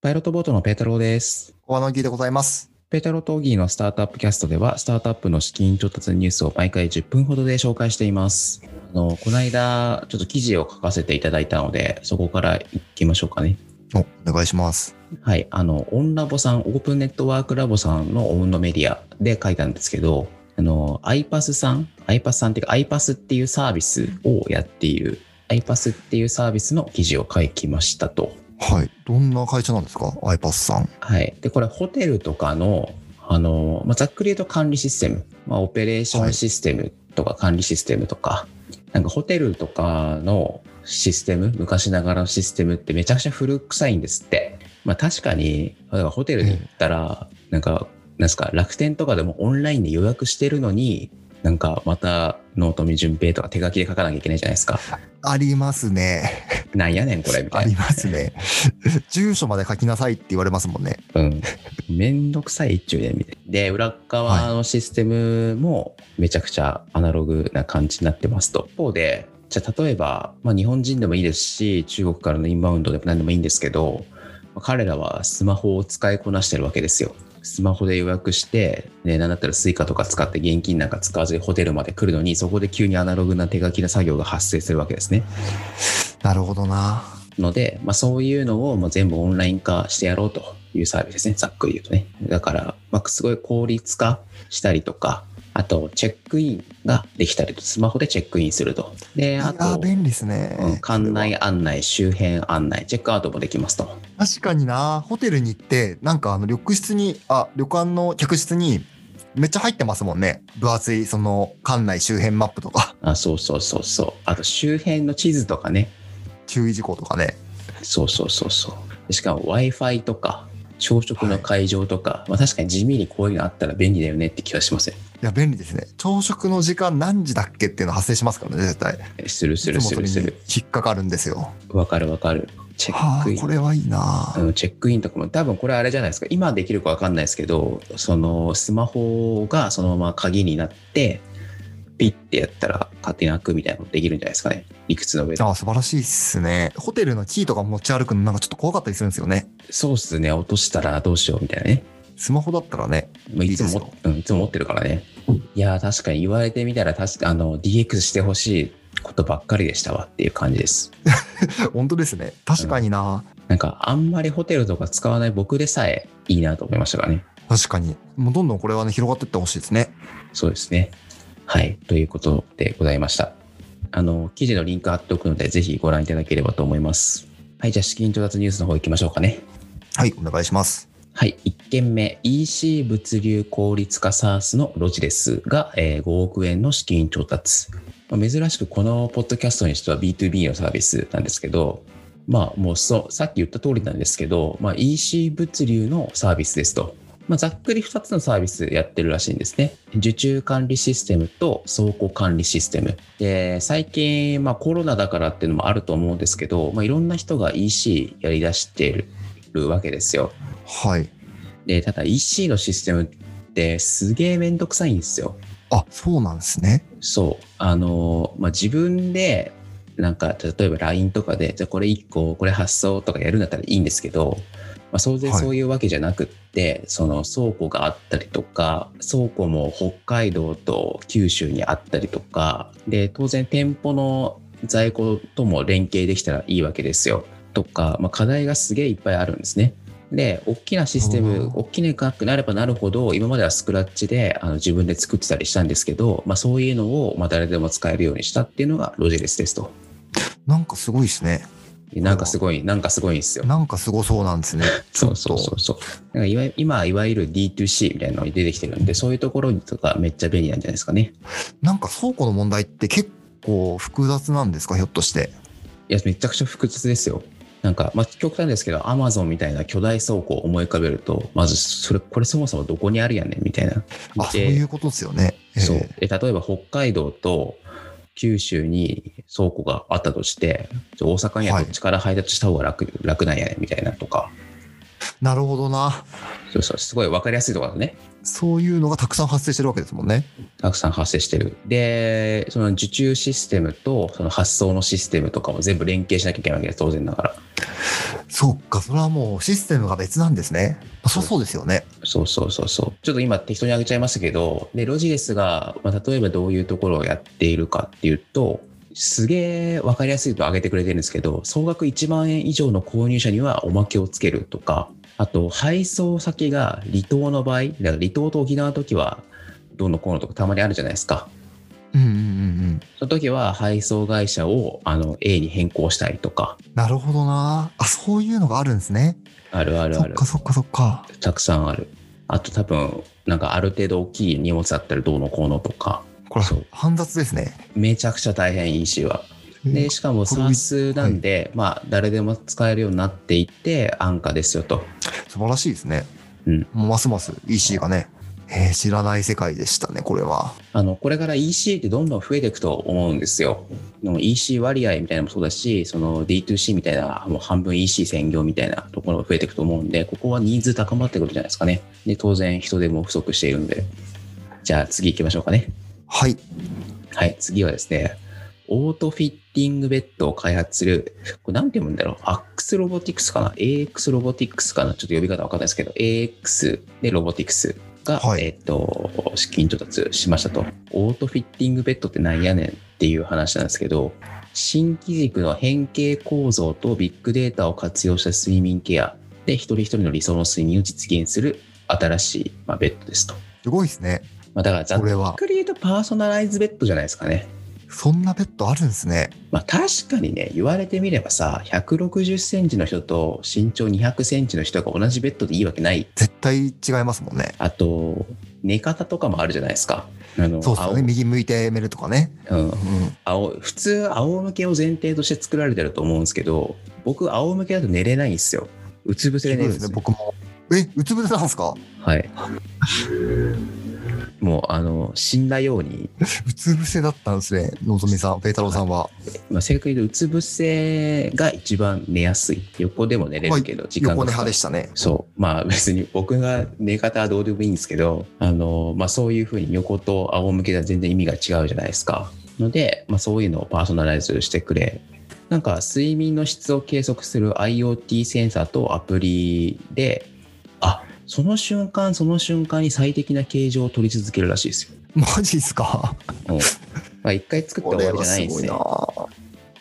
パイロットボートのペータローです。小野木でございます。ペータローとオギーのスタートアップキャストでは、スタートアップの資金調達ニュースを毎回10分ほどで紹介しています。あの、この間、ちょっと記事を書かせていただいたので、そこから行きましょうかね。お、お願いします。はい、あの、オンラボさん、オープンネットワークラボさんのオウンのメディアで書いたんですけど、あの、iPass さん、iPass さんっていうか、iPass っていうサービスをやっている、iPass っていうサービスの記事を書きましたと。はい。どんな会社なんですか ?iPass さん。はい。で、これ、ホテルとかの、あの、まあ、ざっくり言うと管理システム、まあ、オペレーションシステムとか管理システムとか、なんかホテルとかのシステム、昔ながらのシステムってめちゃくちゃ古臭いんですって。まあ確かに、例えばホテルに行ったら、なんか、なんすか、楽天とかでもオンラインで予約してるのに、なんかまた、納富淳平とか手書きで書かなきゃいけないじゃないですか。ありますね。なんやねん、これ、みたあいりな。ますね。住所まで書きなさいって言われますもんね。うん。めんどくさい一中で、みたいな。で、裏側のシステムもめちゃくちゃアナログな感じになってますと。一方で、じゃあ例えば、まあ日本人でもいいですし、中国からのインバウンドでも何でもいいんですけど、まあ彼らはスマホを使いこなしてるわけですよ。スマホで予約して、ね、なんだったらスイカとか使って現金なんか使わずにホテルまで来るのに、そこで急にアナログな手書きな作業が発生するわけですね。なるほどな。ので、まあ、そういうのをもう全部オンライン化してやろうというサービスですね、ざっくり言うとね。だから、まあ、すごい効率化したりとか、あと、チェックインができたりと、スマホでチェックインすると。で、あいやと、便利ですねうん。館内案内、周辺案内、チェックアウトもできますと。確かにな。ホテルに行って、なんかあの、緑室に、あ、旅館の客室に、めっちゃ入ってますもんね。分厚い、その、館内周辺マップとか、あ、そうそうそうそう。あと、周辺の地図とかね。注意事項とかね。そうそうそうそう。でしかも Wi-Fi とか、朝食の会場とか、まあ確かに地味にこういうのあったら便利だよねって気がしますね。いや、便利ですね。朝食の時間何時だっけっていうの発生しますからね、絶対。するすいるつもすそるれにする。引っかかるんですよ。わかるわかる。チェはッあクイン。これはいいなあのチェックインとかも多分これあれじゃないですか今できるかわかんないですけどそのスマホがそのまま鍵になってピッてやったら勝手に開くみたいなことできるんじゃないですかね理屈の上であ素晴らしいっすねホテルのキーとか持ち歩くのなんかちょっと怖かったりするんですよねそうっすね落としたらどうしようみたいなねスマホだったらねもういつもいいでうん、いつも持ってるからねいやー確かに言われてみたら確かあの DX してほしいことばっかりでしたわっていう感じです本当ですね確かにな、なんかあんまりホテルとか使わない僕でさえいいなと思いましたからね確かにもうどんどんこれはね広がってってほしいですねそうですね。はい。ということでございました。あの、記事のリンク貼っておくので、ぜひご覧いただければと思います。はい。じゃあ、資金調達ニュースの方行きましょうかね。はいお願いしますはい。1件目、EC 物流効率化 SARS のロジですが、えー5億円の資金調達。まあ珍しくこのポッドキャストにしては B2B のサービスなんですけど、まあもうそう、さっき言った通りなんですけど、まあ、EC 物流のサービスですと。まあ、ざっくり2つのサービスやってるらしいんですね。受注管理システムと倉庫管理システム。で、最近、まあ、コロナだからっていうのもあると思うんですけど、まあ、いろんな人が EC やりだしているわけですよ。はいで、ただ EC のシステムってすげえめんどくさいんですよ。あそうなんですねそう。あの、まあ、自分で、なんか、例えば LINE とかで、じゃあこれ1個、これ発送とかやるんだったらいいんですけど、まあ、当然はいそういうわけじゃなくって、その倉庫があったりとか、倉庫も北海道と九州にあったりとか、で、当然店舗の在庫とも連携できたらいいわけですよ。とか、まあ、課題がすげえいっぱいあるんですね。で、大きなシステうムん、大きな額になればなるほど、今まではスクラッチであの自分で作ってたりしたんですけど、まあ、そういうのをまあ誰でも使えるようにしたっていうのがロジレスですと。なんかすごいですねでなんかすごい、なんかすごいんですよ。なんかすごそうなんですねそうそうそうそう。なんかいわゆ今、いわゆる D2C みたいなのに出てきてるんで、そういうところとかめっちゃ便利なんじゃないですかね。なんか倉庫の問題って結構複雑なんですかひょっとしていや、めちゃくちゃ複雑ですよ。なんか、まあ、極端ですけど、アマゾンみたいな巨大倉庫を思い浮かべると、まず、それ、これそもそもどこにあるやねんみたいな。あそうでいうことですよね、えーそう。で例えば北海道と九州に倉庫があったとして、じゃあ大阪にははどいっちから配達した方が楽,、楽なんやねみたいなとか、なるほどなそうそう、すごい分かりやすいところだね。そういうのがたくさん発生してるわけですもんねたくさん発生してる。で、その受注システムとその発送のシステムとかも全部連携しなきゃいけないわけです、当然ながら。そっか、それはもうシステムが別なんですね。そうそうですよね。そうそうそうそう。ちょっと今適当に挙げちゃいましたけど、で、ロジレスが、まあ、例えばどういうところをやっているかっていうと、すげえ分かりやすいと挙げてくれてるんですけど、総額1万円以上の購入者にはおまけをつけるとか、あと配送先が離島の場合、だから離島と沖縄の時は、どうのこうのとかたまにあるじゃないですか。うんうんうんうん。その時は配送会社をあの A に変更したりとか、なるほどな。あ、そういうのがあるんですね。あるあるそあっる。かそっかそっか。たくさんある。あと多分、なんかある程度大きい荷物だったらどうのこうのとか、これそう、煩雑ですね。めちゃくちゃ大変 EC は。うんで、しかもこれも SARS なんで、まあ、誰でも使えるようになっていって、安価ですよと。素晴らしいですね。うんもうますます EC がね、えー知らない世界でしたね、これは。あの、これから EC ってどんどん増えていくと思うんですよ。でも EC 割合みたいなのもそうだし、その D2C みたいな、もう半分 EC 専業みたいなところが増えていくと思うんで、ここはニーズ高まってくるんじゃないですかね。で、当然人手も不足しているんで。じゃあ次行きましょうかね。はい。はい、次はですね、オートフィッティングベッドを開発する、これなんて読むんだろう、AX ロボティクスかな ?AX ロボティクスかなちょっと呼び方わかんないですけど、AX でロボティクスが、はいえっと、資金調達しましたと。オートフィッティングベッドってなんやねんっていう話なんですけど、新機軸の変形構造とビッグデータを活用した睡眠ケアで、一人一人の理想の睡眠を実現する新しい、まあ、ベッドですと。すごいですね。まあ、だからざっこれは。くり言うとパーソナライズベッドじゃないですかね。そんなベッドあるんですね。まあ、確かにね言われてみればさ160センチの人と身長200センチの人が同じベッドでいいわけない絶対違いますもんね。あと寝方とかもあるじゃないですかあのそうですよね。右向いて寝るとかね。青うんうん、青普通仰向けを前提として作られてると思うんですけど僕仰向けだと寝れないんですようつ伏せそでう寝るんでですすね。よ僕も。え、うつ伏せなんです かはいもうあの死んだように、うつ伏せだったんですね。のぞみさん、ペイ太郎さんは。まあ、正確に言うとうつ伏せが一番寝やすい横でも寝れるけど時間横が寝かか派るでしたね。そう。まあ別に僕が寝方はどうでもいいんですけど、あの、まあそういうふうに横と仰向けでは全然意味が違うじゃないですか。ので、まあそういうのをパーソナライズしてくれ。なんか睡眠の質を計測する IoT センサーとアプリで、あ、その瞬間その瞬間に最適な形状を取り続けるらしいですよ。 マジっすかもう、まあ一回作ったこ終れわりはじゃないすんでごすいねな。。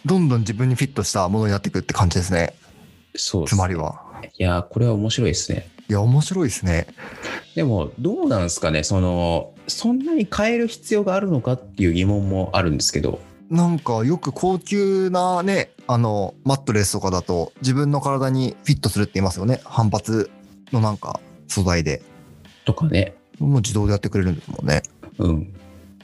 どんどん自分にフィットしたものになっていくって感じですね。そうですつまね。りは。いやー、これは面白いですね。いや、面白いですね。でもどうなんですかねそのそんなに変える必要があるのかっていう疑問もあるんですけどなんかよく高級なね、あの、マットレスとかだと自分の体にフィットするって言いますよね。反発のなんか素材で。とかねもう自動でやってくれるんですもんね。うん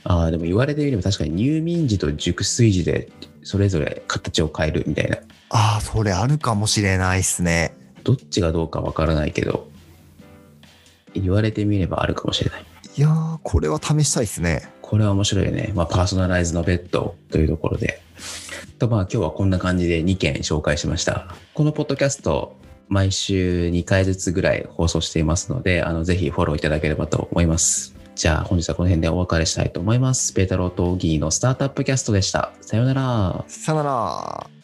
ああでも言われてみれば確かに入眠時と熟睡時でそれぞれ形を変えるみたいなああ、それあるかもしれないっすね。どっちがどうかわからないけど言われてみればあるかもしれないいやー、これは試したいっすね。これは面白いよね、まあ、パーソナライズのベッドというところでとまあ今日はこんな感じで2件紹介しましたこのポッドキャスト毎週2回ずつぐらい放送していますのであのぜひフォローいただければと思いますじゃあ本日はこの辺でお別れしたいと思いますペータローとギーのスタートアップキャストでしたさようならさよなら。